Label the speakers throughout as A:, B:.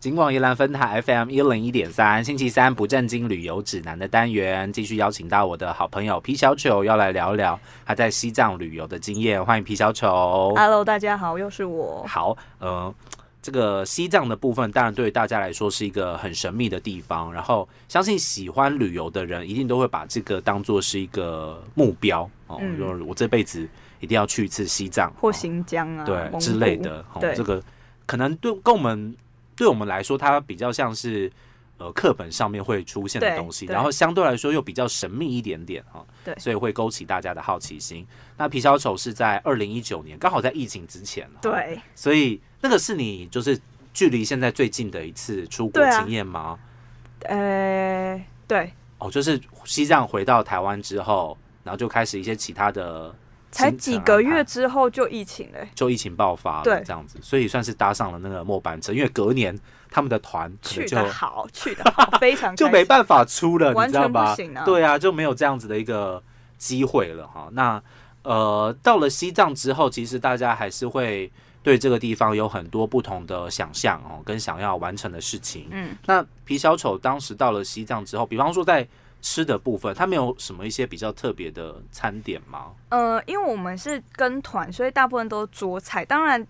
A: 尽管宜兰分台 FM 一零一点三，星期三不正经旅游指南的单元，继续邀请到我的好朋友皮小丑，要来聊聊他在西藏旅游的经验。欢迎皮小丑。
B: Hello，大家好，又是我。
A: 好，呃，这个西藏的部分，当然对于大家来说是一个很神秘的地方。然后，相信喜欢旅游的人一定都会把这个当做是一个目标哦，
B: 嗯
A: 就是我这辈子一定要去一次西藏
B: 或
A: 哦
B: 新疆啊，蒙
A: 对
B: 古
A: 之类。的。哦
B: 对
A: 这个可能对跟我们对我们来说，它比较像是呃课本上面会出现的
B: 对
A: 东西，
B: 对
A: 然后相对来说又比较神秘一点点哈、哦
B: 对
A: 所以会勾起大家的好奇心。那皮小丑是在二零一九年，刚好在疫情之前，哦，
B: 对，
A: 所以那个是你就是距离现在最近的一次出国
B: 对啊
A: 经验吗？
B: 呃，对，
A: 哦，就是西藏回到台湾之后，然后就开始一些其他的。啊
B: 才几个月之后就疫情了、
A: 就疫情爆发了
B: 对
A: 这样子，所以算是搭上了那个末班车，因为隔年他们的团可能
B: 去
A: 就
B: 的好，去的好，非常
A: 就
B: 开
A: 没
B: 心
A: 办法出了，
B: 完
A: 你知道
B: 全
A: 吧
B: 不？行啊。
A: 对啊，就没有这样子的一个机会了哈。那呃，到了西藏之后，其实大家还是会对这个地方有很多不同的想象哦，跟想要完成的事情。
B: 嗯，
A: 那皮小丑当时到了西藏之后，比方说在吃的部分，他没有什么一些比较特别的餐点吗？
B: 呃，因为我们是跟团，所以大部分都是桌菜。当然，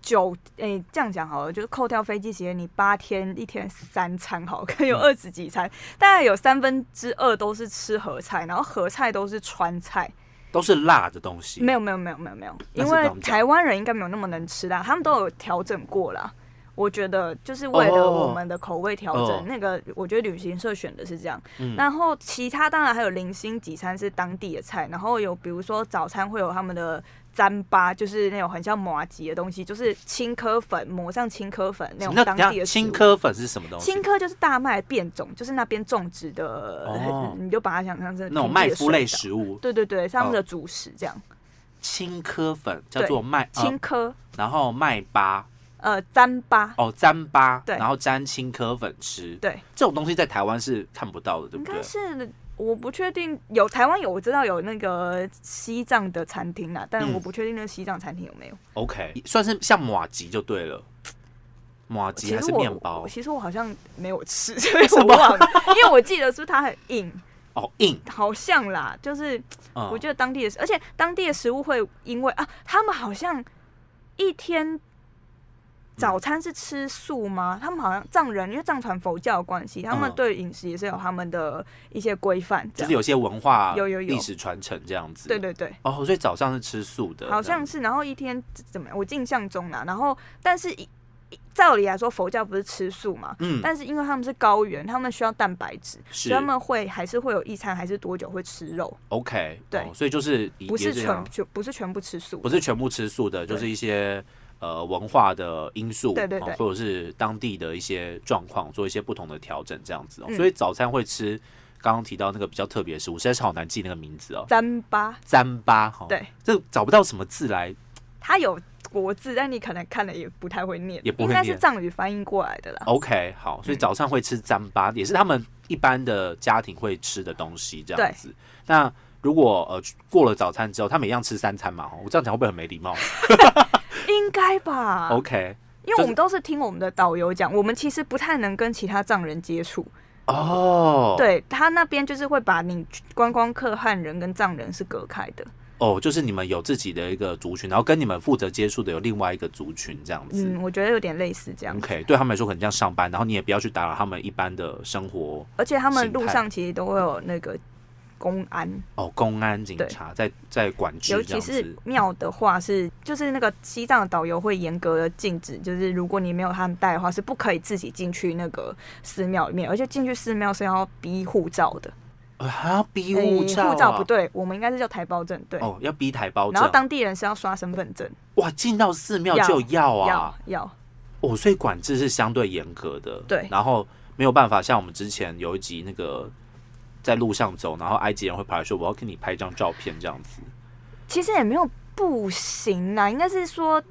B: 酒，诶、这样讲好了，就是扣掉飞机时间，你八天一天三餐好了，可能有
A: 嗯
B: 二十几餐，大概有三分之二都是吃合菜，然后合菜都是川菜。
A: 都是辣的东西，
B: 没有没有没有没有没有，
A: 那
B: 因
A: 是
B: 为
A: 怎么讲
B: 台湾人应该没有那么能吃辣，他们都有调整过啦。我觉得就是为了
A: 哦
B: 我们的口味调整
A: 哦
B: 那个我觉得旅行社选的是这样。
A: 嗯
B: 然后其他当然还有零星几餐是当地的菜，然后有比如说早餐会有他们的糌粑，就是那种很像麻吉的东西，就是青稞粉抹上青稞粉那
A: 什么叫
B: 种当
A: 等
B: 地
A: 一下
B: 的
A: 青
B: 食物。
A: 稞粉是什么东西？
B: 青稞就是大麦变种，就是那边种植的，
A: 哦
B: 你就把它想象成
A: 那种
B: 平地
A: 麦
B: 的
A: 麸
B: 水
A: 类
B: 饺。
A: 食物，
B: 对对对，他们
A: 哦
B: 的主食这样。
A: 青稞粉叫
B: 对
A: 做麦，呃
B: 青稞，
A: 然后麦粑
B: 呃，糌粑
A: 哦糌粑，
B: 对
A: 然后沾青稞粉吃，
B: 对，
A: 这种东西在台湾是看不到的，对
B: 应
A: 不对
B: 该？是我不确定有台湾有我知道有那个西藏的餐厅啦，但
A: 嗯
B: 我不确定那个西藏餐厅有没有。
A: OK，算是像马吉就对了，马吉
B: 其
A: 还
B: 实
A: 是
B: 我
A: 面包
B: 我其实我好像没有吃，所以
A: 什
B: 我
A: 么
B: 忘了，因为我记得是不是它很硬，
A: 哦硬，
B: 好像啦，就是
A: 嗯，
B: 我觉得当地的，而且当地的食物会因为啊，他们好像一天。早餐是吃素吗？他们好像藏人，因为藏传佛教的关系，他们
A: 嗯
B: 对饮食也是有他们的一些规范，
A: 就
B: 这样
A: 是有些文化
B: 有有有
A: 历史传承这样子，
B: 对对对，
A: 哦，所以早上是吃素的，
B: 好
A: 这样
B: 像是。然后一天怎么样？我印象中啦，然后但是一一照理来说，佛教不是吃素嘛？
A: 嗯，
B: 但是因为他们是高原，他们需要蛋白质，所
A: 是
B: 以他们会还是会有一餐，还是多久会吃肉，
A: OK，
B: 对
A: 哦所以就是也
B: 不是
A: 也这样
B: 全全不是全部吃素
A: 不。是全部吃素的，就是一些呃文化的因素，
B: 对对
A: 哦
B: 对
A: 或者是当地的一些状况，做一些不同的调整这样子、哦。
B: 嗯
A: 所以早餐会吃刚刚提到那个比较特别的食物，实在是好难记那个名字哦，
B: 糌粑，
A: 糌粑哈。哦
B: 对，
A: 这找不到什么字来，
B: 它有国字，但你可能看了也不太会念，
A: 也不会
B: 应该是
A: 念哦
B: 藏语翻译过来的啦。
A: OK，好，
B: 嗯
A: 所以早上会吃糌粑，也是他们一般的家庭会吃的东西，这样子。那如果呃过了早餐之后，他们一样吃三餐嘛？哦我这样讲会不会很没礼貌、
B: 应该吧
A: o k
B: 因为我们都是听我们的导游讲，我们其实不太能跟其他藏人接触。
A: 哦，，
B: 对他那边就是会把你观光客汉人跟藏人是隔开的。
A: 哦，就是你们有自己的一个族群，然后跟你们负责接触的有另外一个族群这样子。嗯
B: 嗯，我觉得有点类似这样。
A: OK，对他们来说可能这样上班，然后你也不要去打扰他们一般的生活
B: 而且他们
A: 形态
B: 路上其实都会有那个公安，
A: 哦，公安警察在在管制
B: 尤
A: 这
B: 其
A: 样
B: 是
A: 子。
B: 庙的话是，就是那个西藏的导游会严格的禁止，就是如果你没有他们带的话，是不可以自己进去那个寺庙里面，而且进去寺庙是要逼护照的。
A: 呃还要逼护照、啊
B: 哎诶护照不对，我们应该是叫台胞证，对。
A: 哦，要逼台胞
B: 然后
A: 证。
B: 当地人是要刷身份证，
A: 哇，进到寺庙就要
B: 要
A: 啊，
B: 要，
A: 哦，所以管制是相对严格的。
B: 对
A: 然后没有办法，像我们之前有一集那个在路上走，然后埃及人会跑来说我要跟你拍张照片这样子。
B: 其实也没有不行啦，应该是说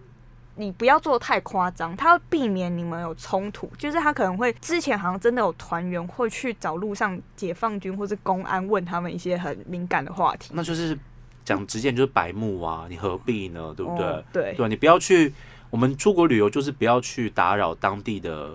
B: 你不要做太夸张，他要避免你们有冲突。就是他可能会之前好像真的有团员会去找路上解放军或是公安问他们一些很敏感的话题，
A: 那就是讲直接你就是白目啊，你何必呢？对不对？
B: 哦对
A: 对，你不要去。我们出国旅游就是不要去打扰当地的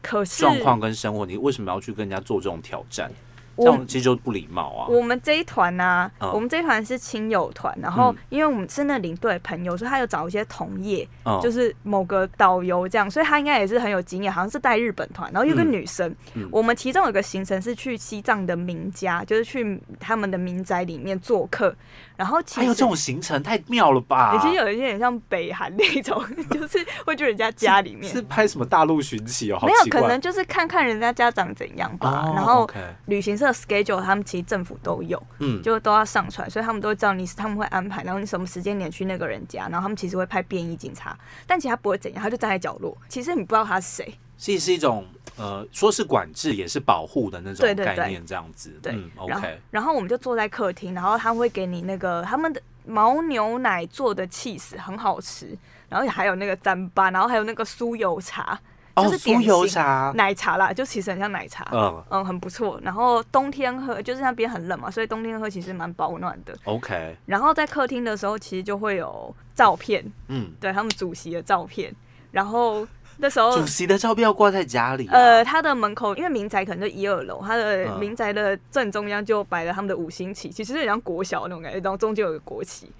B: 可是
A: 状况跟生活，你为什么要去跟人家做这种挑战？这
B: 我
A: 样其实就不礼貌啊。
B: 我们这一团呢、
A: 哦嗯
B: 我们这一团是亲友团，然后
A: 嗯
B: 因为我们是那领队的朋友，所以他有找一些同业，
A: 嗯，
B: 就是某个导游这样，所以他应该也是很有经验，好像是带日本团，然后有个
A: 嗯
B: 女生，
A: 嗯
B: 我们其中有个行程是去西藏的名家，就是去他们的民宅里面做客，然后其
A: 还有
B: 实
A: 哎这种啊行程，太妙了吧？
B: 已经有一点像北韩那种， 就是会去人家家里面
A: 是，拍什么大陆寻奇哦？好
B: 没有
A: 奇怪
B: 可能就是看看人家家长怎样吧，
A: 哦
B: 然后
A: OK
B: 旅行社 schedule 他们其实政府都有，
A: 嗯，
B: 就都要上传，所以他们都会知道你是他们会安排，然后你什么时间点去那个人家，然后他们其实会派便衣警察，但其实他不会怎样，他就站在角落，其实你不知道他是谁，
A: 其实是一种呃，说是管制也是保护的那
B: 对
A: 种
B: 对对
A: 概念，这样子。
B: 对，
A: 嗯
B: 然后
A: ，OK，
B: 然后我们就坐在客厅，然后他会给你那个他们的牦牛奶做的 cheese 很好吃，然后还有那个糌粑，然后还有那个酥油茶，
A: 哦，
B: 就是点
A: 酥
B: 心
A: 油茶，
B: 奶茶啦，就其实很像奶茶。
A: 嗯
B: 嗯，很不错。然后冬天喝，就是那边很冷嘛，所以冬天喝其实蛮保暖的。
A: ，OK，
B: 然后在客厅的时候，其实就会有照片，
A: 嗯，
B: 对他们主席的照片。然后那时候
A: 主，席的照片要挂在家里啊，
B: 呃，他的门口，因为民宅可能就一二楼，他的
A: 嗯
B: 民宅的正中央就摆了他们的五星旗，其实很像国小那种感觉，然后中间有个国旗。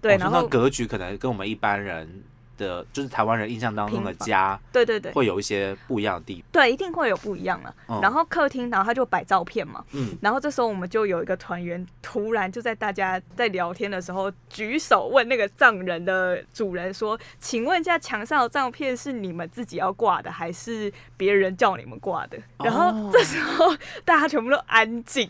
B: 对，
A: 哦
B: 然
A: 就那
B: 后
A: 格局可能跟我们一般人的，就是台湾人印象当中的
B: 平凡
A: 家，
B: 对对对
A: 会有一些不一样的地
B: 对，一定会有不一样了。
A: 方。嗯
B: 然后客厅，然后他就摆照片嘛。
A: 嗯，
B: 然后这时候我们就有一个团员突然就在大家在聊天的时候举手问那个藏人的主人说：“请问一下，墙上的照片是你们自己要挂的，还是别人叫你们挂的？”然后
A: 哦
B: 这时候大家全部都安静，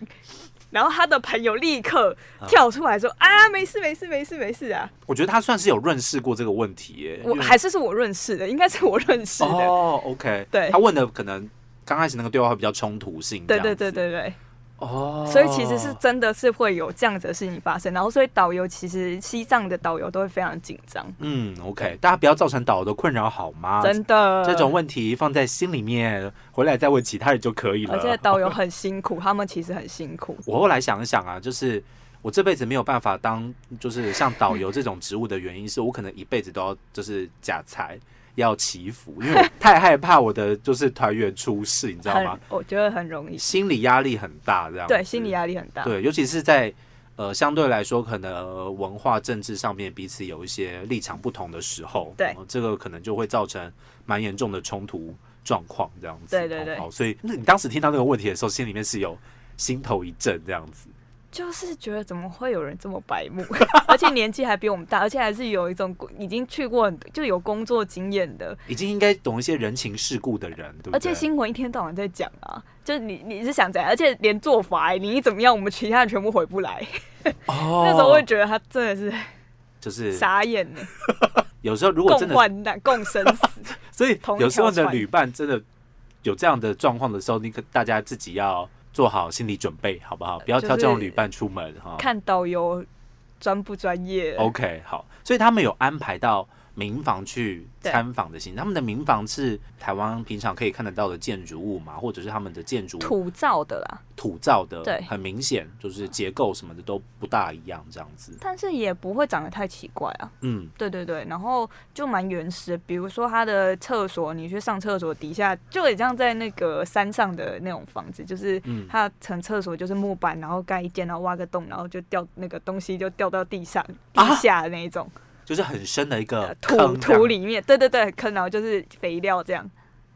B: 然后他的朋友立刻跳出来说：“啊，没事没事没事没事啊，
A: 我觉得他算是有认识过这个问题耶，
B: 我
A: 因为
B: 还是是我认识的，应该是我认识的。
A: 哦，OK，
B: 对
A: 他问的可能刚开始那个对话会比较冲突性，
B: 对
A: 这
B: 对
A: 样
B: 对
A: 子，
B: 对对。
A: 哦，
B: 所以其实是真的是会有这样子的事情发生，然后所以导游其实西藏的导游都会非常紧张，
A: 嗯，OK，大家不要造成导游的困扰好吗？
B: 真的
A: 啊这种。问题放在心里面，回来再问其他人就可以了。
B: 而且导游很辛苦，他们其实很辛苦。
A: 我后来想一想啊，就是我这辈子没有办法当就是像导游这种职务的原因，是我可能一辈子都要就是假财要祈福，因为 我太害怕我的就是团员出事， 你知道吗
B: 很？，我觉得很容易，
A: 心理压力很大，这样
B: 对，
A: 子
B: 心理压力很大。
A: 对，尤其是在呃相对来说可能呃文化政治上面彼此有一些立场不同的时候，
B: 对
A: 呃这个可能就会造成蛮严重的冲突状况这样子。
B: 对对对
A: 好，所以那你当时听到这个问题的时候，心里面是有心头一震这样子。
B: 就是觉得怎么会有人这么白目， 而且年纪还比我们大，而且还是有一种已经去过很多就有工作经验的，
A: 已经应该懂一些人情世故的人，对不对？
B: 而且新闻一天到晚在讲啊，就是你你是想怎样，而且连做法、欸、你一怎么样，我们其他人全部回不来。
A: 哦，
B: 那时候我会觉得他真的是
A: 就是
B: 傻眼呢，
A: 有时候如果
B: 共
A: 真的，
B: 患难、共生 死。
A: 所以
B: 同一
A: 有时候的
B: 条船
A: 旅伴真的有这样的状况的时候，你可大家自己要做好心理准备，好不好？不要挑这
B: 呃就
A: 种
B: 是
A: 旅伴出门哈。
B: 看呃导游专不专业
A: OK，好，所以他们有安排到民房去
B: 对
A: 参访的行程。他们的民房是台湾平常可以看得到的建筑物嘛，或者是他们的建筑
B: 土造的啦，
A: 土造的，
B: 对
A: 很明显就是结构什么的都不大一样，这样子。
B: 但是也不会长得太奇怪啊。
A: 嗯，
B: 对对对，然后就蛮原始的，比如说它的厕所，你去上厕所底下就很像在那个山上的那种房子，就是
A: 嗯
B: 它层厕所就是木板，然后盖一间，然后挖个洞，然后就掉那个东西就掉到地上
A: 啊
B: 地下的那一种、
A: 就是很深的一个
B: 呃土
A: 坑这样
B: 土里面，对对对，坑，然后就是肥料这样，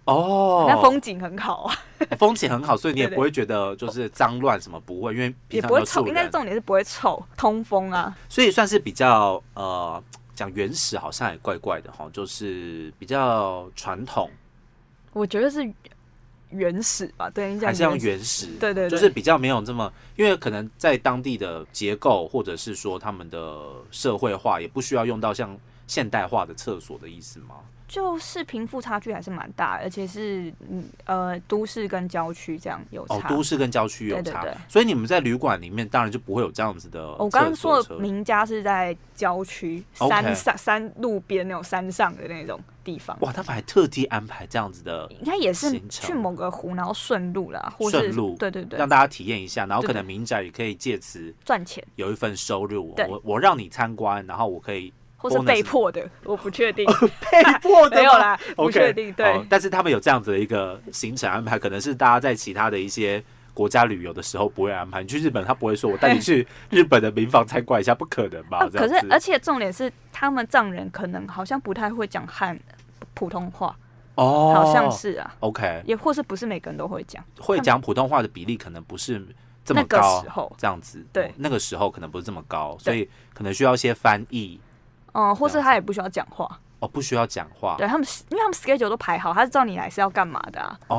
A: 哦，
B: 那风景很好啊。
A: 风景很好，所以你也
B: 对对
A: 不会觉得就是脏乱什么，不会，因为平
B: 也
A: 常
B: 不会
A: 都
B: 臭，
A: 住
B: 应该
A: 人，
B: 重点是不会臭，通风啊。
A: 所以算是比较呃讲原始，好像也怪怪的哈，就是比较传统。
B: 我觉得是原始吧，对你讲
A: 还是要
B: 原始，
A: 原始，
B: 对对对
A: 就是比较没有这么，因为可能在当地的结构或者是说他们的社会化，也不需要用到像现代化的厕所的意思吗？
B: 就是贫富差距还是蛮大，而且是嗯呃都市跟郊区这样有
A: 哦，
B: 差。
A: 都市跟郊区有差，
B: 对对对
A: 所以你们在旅馆里面当然就不会有这样子的哦厕所车。
B: 我刚刚说的名家是在郊区
A: OK
B: 山上山路边那种山上的那种地方，
A: 哇，他们还特地安排这样子的，
B: 应该也是
A: 行程
B: 去某个湖，然后顺路啦，或是
A: 顺路
B: 对对对
A: 让，大家体验一下，然后
B: 对
A: 可能民宅也可以借此
B: 赚钱。
A: 有一份收入。
B: 对
A: 我我让你参观，然后我可以
B: 或是
A: bonus
B: 被迫的，我不确定，
A: 被迫的吗
B: 没有啦，不
A: OK，
B: 确定。对
A: 哦，但是他们有这样子的一个行程安排，可能是大家在其他的一些国家旅游的时候不会安排。你去日本，他不会说我带你去日本的民房参观一下，不可能吧？
B: 啊
A: 这
B: 可
A: 样
B: 是
A: 子。
B: 而且重点是，他们藏人可能好像不太会讲汉普通话，
A: 哦，
B: 好像是啊，
A: OK，
B: 也或是不是每个人都会讲。
A: 会讲普通话的比例可能不是这么
B: 那个
A: 高，
B: 时候
A: 这样子。
B: 对
A: 哦那个时候可能不是这么高，所以可能需要一些翻译。
B: 嗯，或
A: 这
B: 是
A: 样
B: 他也不需要讲话，
A: 哦，不需要讲话。
B: 对他们，因为他们 schedule 都排好，他知道你来是要干嘛的啊。对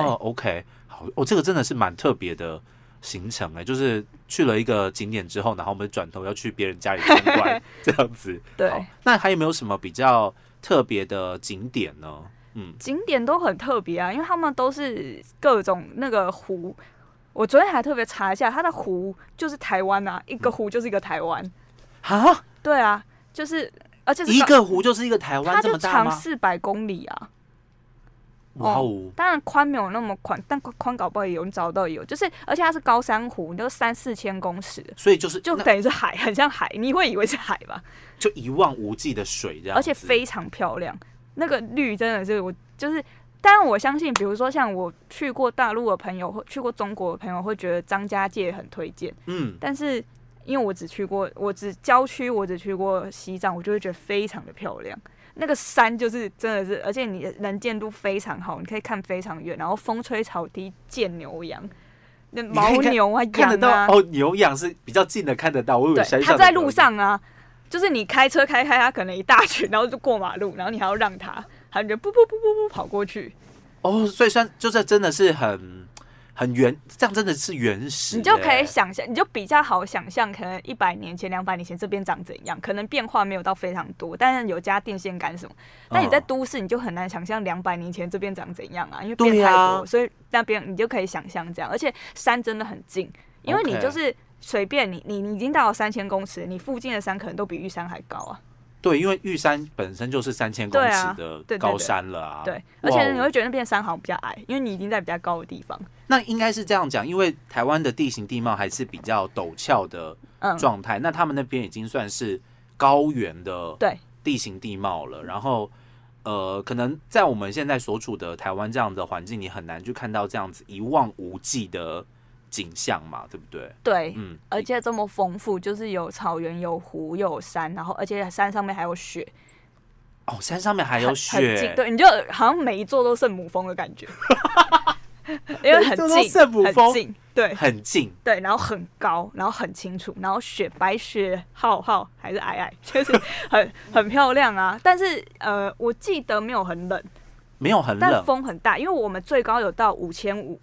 A: 哦，OK，好，哦，这个真的是蛮特别的行程哎、就是去了一个景点之后，然后我们转头要去别人家里参 观这样子。
B: 对
A: 好，那还有没有什么比较特别的景点呢？嗯，
B: 景点都很特别啊，因为他们都是各种那个湖。我昨天还特别查一下，它的湖就是台湾啊，一个湖就是一个台湾。
A: 啊，
B: 对啊，就是而且是
A: 一
B: 高
A: 个湖就是一个台湾
B: 它
A: 这
B: 就
A: 么大
B: 长
A: 吗？
B: 四百公里啊。
A: 哇哦，
B: 当然宽没有那么宽，但宽宽搞不好也有，你找到也有。就是而且它是高山湖，你都三四千公尺，
A: 所以就是
B: 就
A: 那
B: 等于是海，很像海，你会以为是海吧？
A: 就一望无际的水这样子，
B: 而且非常漂亮。那个绿真的是我就是，当然我相信，比如说像我去过大陆的朋友，或去过中国的朋友，会觉得张家界很推荐。
A: 嗯，
B: 但是因为我只去过，我只郊区，我只去过西藏，我就会觉得非常的漂亮。那个山就是真的是，而且你能见度非常好，你可以看非常远，然后风吹草低见牛羊，那
A: 可
B: 牦
A: 以
B: 牛啊
A: 看得
B: 羊
A: 到、
B: 啊，
A: 哦，牛羊是比较近的看得到，我以为
B: 对，
A: 山上
B: 它
A: 的
B: 在
A: 牛
B: 路
A: 羊
B: 上啊，就是你开车开开，它可能一大群，然后就过马路，然后你还要让它，它就噗噗噗噗噗跑过去，
A: 哦，所以算就是真的是很很原，这样真的是原始欸，
B: 你就可以想象，你就比较好想象，可能一百年前、两百年前这边长怎样，可能变化没有到非常多，但是有加电线杆什么。但你在
A: 嗯
B: 都市，你就很难想象两百年前这边长怎样啊，因为
A: 对
B: 变太多，
A: 啊
B: 所以那边你就可以想象这样，而且山真的很近，因为你
A: OK
B: 就是。随便你，你你已经到了三千公尺，你附近的山可能都比玉山还高啊。
A: 对，因为玉山本身就是三千公
B: 对啊
A: 尺的
B: 对对
A: 高
B: 对
A: 山了啊，
B: 对，而且你
A: 哇哦
B: 会觉得那边的山好像比较矮，因为你已经在比较高的地方。
A: 那应该是这样讲，因为台湾的地形地貌还是比较陡峭的
B: 嗯，
A: 状态，那他们那边已经算是高原的
B: 对
A: 地形地貌了，然后。呃，可能在我们现在所处的台湾这样的环境，你很难去看到这样子一望无际的景象嘛，对不对？
B: 对，
A: 嗯，
B: 而且这么丰富，就是有草原、有湖、有山，然后而且山上面还有雪，
A: 哦，山上面还
B: 还
A: 有雪，
B: 对，你就好像每一座都圣母峰 的感觉，因为
A: 每一
B: 很
A: 座
B: 近，
A: 都圣母峰
B: 很近，对
A: 很近，
B: 对，然后很高，然后很清楚，然后雪白雪浩浩还是皑皑，就是 很很漂亮啊。但是呃，我记得没有很冷，
A: 没有很
B: 但
A: 冷，
B: 风很大，因为我们最高有到五千五，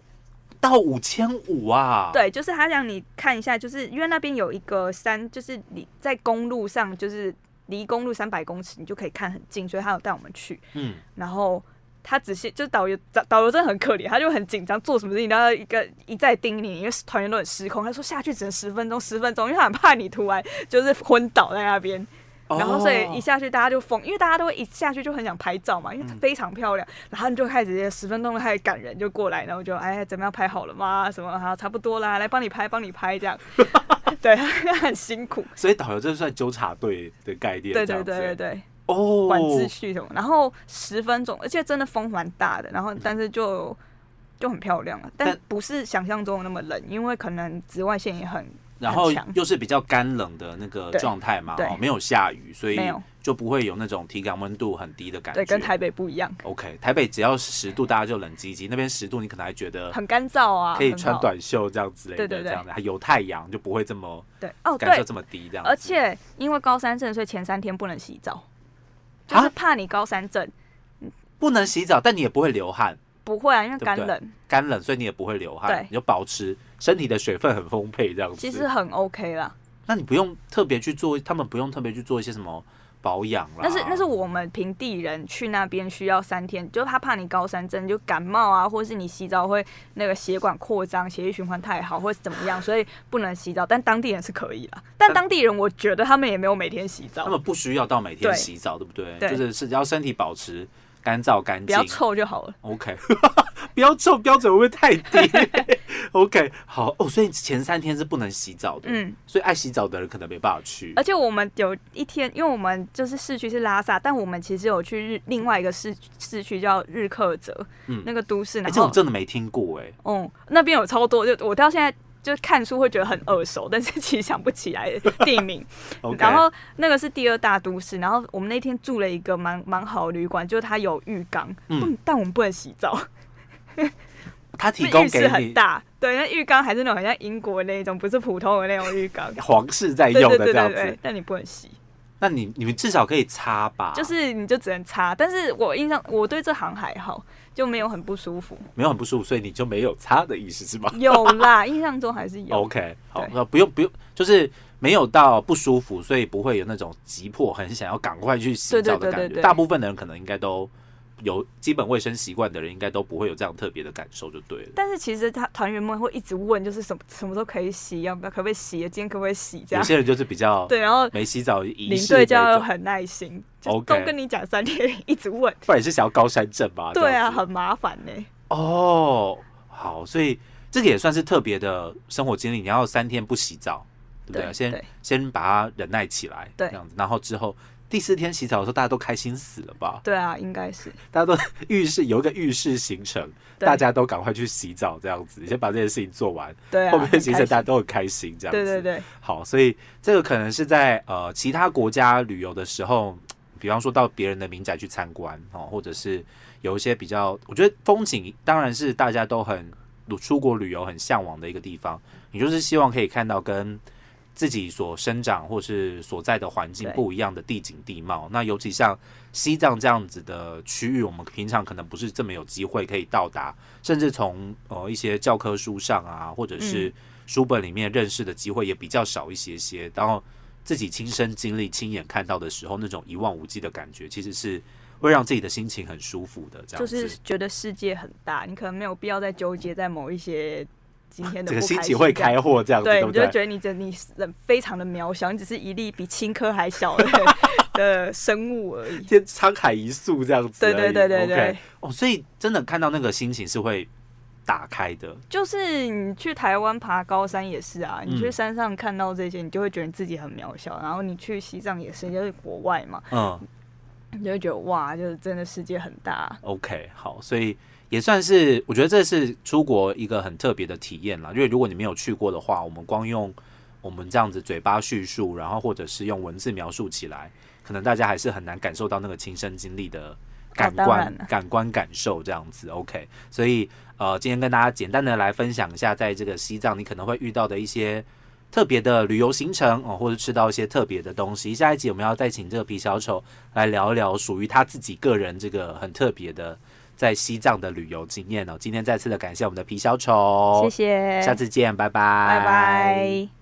A: 到五千五啊！，
B: 对，就是他让你看一下，就是因为那边有一个山，就是你在公路上，就是离公路三百公尺，你就可以看很近，所以他有带我们去。
A: 嗯，
B: 然后他只是就是导游导导游真的很可怜，他就很紧张，做什么事情都要一个一再叮咛，因为团员都很失控。他说下去只能十分钟，十分钟，因为他很怕你突然就是昏倒在那边。然后所以一
A: 哦嗯
B: 下去大家就疯，因为大家都会一下去就很想拍照嘛，因为它非常漂亮。然后你就开始十分钟开始赶人就过来，然后就哎怎么样拍好了吗？什么啊差不多啦，来帮你拍帮你拍 这样。对， 他很辛苦。
A: 所以导游这算纠察队的概念，这
B: 对对
A: 样子
B: 对对对，
A: 哦，
B: 管秩序什么。然后十分钟，而且真的风蛮大的，然后但是就就很漂亮了，但
A: 嗯但
B: 不是想象中的那么冷，因为可能紫外线也很
A: 然后
B: 很强
A: 又是比较干冷的那个
B: 对
A: 状态嘛，
B: 对
A: 哦，没有下雨，所以
B: 没有
A: 就不会有那种体感温度很低的感觉。
B: 对，跟台北不一样，
A: OK，台北只要十度，大家就冷唧唧，那边十度你可能还觉得
B: 很干燥啊，
A: 可以
B: 很
A: 穿
B: 好。
A: 短袖这样之类的，
B: 对对对
A: 这样的还有太阳就不会这么
B: 对哦
A: 感
B: 对
A: 受，这么低这样子。
B: 而且因为高山症，所以前三天不能洗澡，就是
A: 啊
B: 怕你高山症。
A: 不能洗澡，但你也不会流汗。
B: 不会啊，因为
A: 对不
B: 干
A: 对
B: 冷，
A: 干冷，所以你也不会流汗
B: 对，
A: 你就保持身体的水分很丰沛这样子。
B: 其实很 OK 啦。
A: 那你不用特别去做，他们不用特别去做一些什么保养啦。
B: 但是那是我们平地人去那边需要三天，就是他怕你高山症就感冒啊，或是你洗澡会那个血管扩张，血液循环太好，或是怎么样，所以不能洗澡。但当地人是可以啦，但当地人我觉得他们也没有每天洗
A: 他
B: 澡，
A: 们不需要到每天
B: 对
A: 洗澡，对不对？
B: 对
A: 就是是只要身体保体保持干燥干
B: 比
A: 净
B: 较。臭就好了。
A: OK， 标臭标准会不会太 低？OK，好哦，所以前三天是不能洗澡的，
B: 嗯，
A: 所以爱洗澡的人可能没办法去
B: 而。且我们有一天，因为我们就是市区是拉萨，但我们其实有去日另外一个市市区叫日喀则，
A: 嗯
B: 那个都市，
A: 哎、
B: 然
A: 这
B: 后
A: 种真的没听过哎、
B: 嗯，那边有超多，就我到现在就看书会觉得很耳熟，但是其实想不起来地名。
A: OK，
B: 然后那个是第二大都市，然后我们那天住了一个蛮蛮好的旅馆，就是它有浴缸，
A: 嗯
B: 嗯，但我们不能洗澡，
A: 他 提
B: 那浴
A: 供给
B: 室很
A: 你。
B: 大，对，那浴缸还是那种很像英国那一种，不是普通的那种浴缸
A: 皇室在
B: 对
A: 用
B: 对
A: 的
B: 对
A: 这样
B: 对
A: 子，
B: 对，但你不能洗，
A: 那你你们至少可以擦吧？
B: 就是你就只能擦。但是我印象我对这行还好，就没有很不舒 服。
A: 没有很不舒服，所以你就没有擦的意思是吗？
B: 有啦，印象中还是有。
A: OK，好
B: 对，
A: 那不用不用，就是没有到不舒服，所以不会有那种急迫很想要赶快去洗
B: 对对
A: 澡的
B: 对
A: 感觉。
B: 对对
A: 大部分的人可能应该都有基本卫生习惯的人，应该都不会有这样特别的感受，就对了。
B: 但是其实他团员们会一直问，就是什么什么时候可以洗，要不要可不可以洗，今天可不可以洗这
A: 有
B: 样。
A: 些人就是比较
B: 对，然后
A: 没洗澡仪
B: 领
A: 式
B: 队
A: 那
B: 就要
A: 种，
B: 很耐心，就
A: OK
B: 都跟你讲三天，一直问。
A: 不然也哎是想要高山症吧？这
B: 对啊，
A: 样子
B: 很麻烦呢、
A: 哦，好，所以这个也算是特别的生活经历。你要三天不洗澡，对不对？
B: 对
A: 先
B: 对
A: 先把它忍耐起来，
B: 对
A: 这样子，然后之后。第四天洗澡的时候，大家都开心死了吧？
B: 对啊，应该是。
A: 大家都浴室有一个浴室行程，
B: 对
A: 大家都赶快去洗澡，这样子，你先把这件事情做完，
B: 对啊，
A: 后面的行程
B: 很
A: 大
B: 开
A: 家
B: 心
A: 都很开心，这样子。
B: 对对对，
A: 好，所以这个可能是在呃其他国家旅游的时候，比方说到别人的民宅去参观哦，或者是有一些比较，我觉得风景当然是大家都很出国旅游很向往的一个地方，你就是希望可以看到跟自己所生长或是所在的环境
B: 对
A: 不一样的地景地貌。那尤其像西藏这样子的区域，我们平常可能不是这么有机会可以到达，甚至从呃一些教科书上啊，或者是书本里面认识的机会也比较少一些些。然后自己亲身经历、亲眼看到的时候，那种一望无际的感觉，其实是会让自己的心情很舒服的。这样
B: 就
A: 子，
B: 是觉得世界很大，你可能没有必要再纠结在某一些今天的
A: 整个
B: 不开心
A: 心情会
B: 这样。
A: 开阔，这样子，
B: 对，
A: 对
B: 你
A: 不
B: 就会
A: 对？
B: 觉得你这你人非常的渺小，你只是一粒比青稞还小的的生物而已。
A: 天沧海一粟这样子而
B: 对
A: 已，
B: 对对对对
A: OK 哦，所以真的看到那个心情是会打开的，
B: 就是你去台湾爬高山也是啊，你去
A: 嗯
B: 山上看到这些，你就会觉得你自己很渺小。然后你去西藏也是，就是国外嘛，
A: 嗯
B: 你就会觉得哇，就是真的世界很大。
A: ，OK，好，所以也算是我觉得这是出国一个很特别的体验啦，因为如果你没有去过的话，我们光用我们这样子嘴巴叙述，然后或者是用文字描述起来，可能大家还是很难感受到那个亲身经历的感
B: 啊当
A: 官、
B: 然了
A: 感官感受这样子。OK，所以呃，今天跟大家简单的来分享一下，在这个西藏你可能会遇到的一些特别的旅游行程哦、或者吃到一些特别的东西。下一集我们要再请这个皮小丑来聊一聊属于他自己个人这个很特别的。在西藏的旅游经验哦，今天再次的感谢我们的皮小丑，
B: 谢谢，
A: 下次见，拜拜，
B: 拜拜。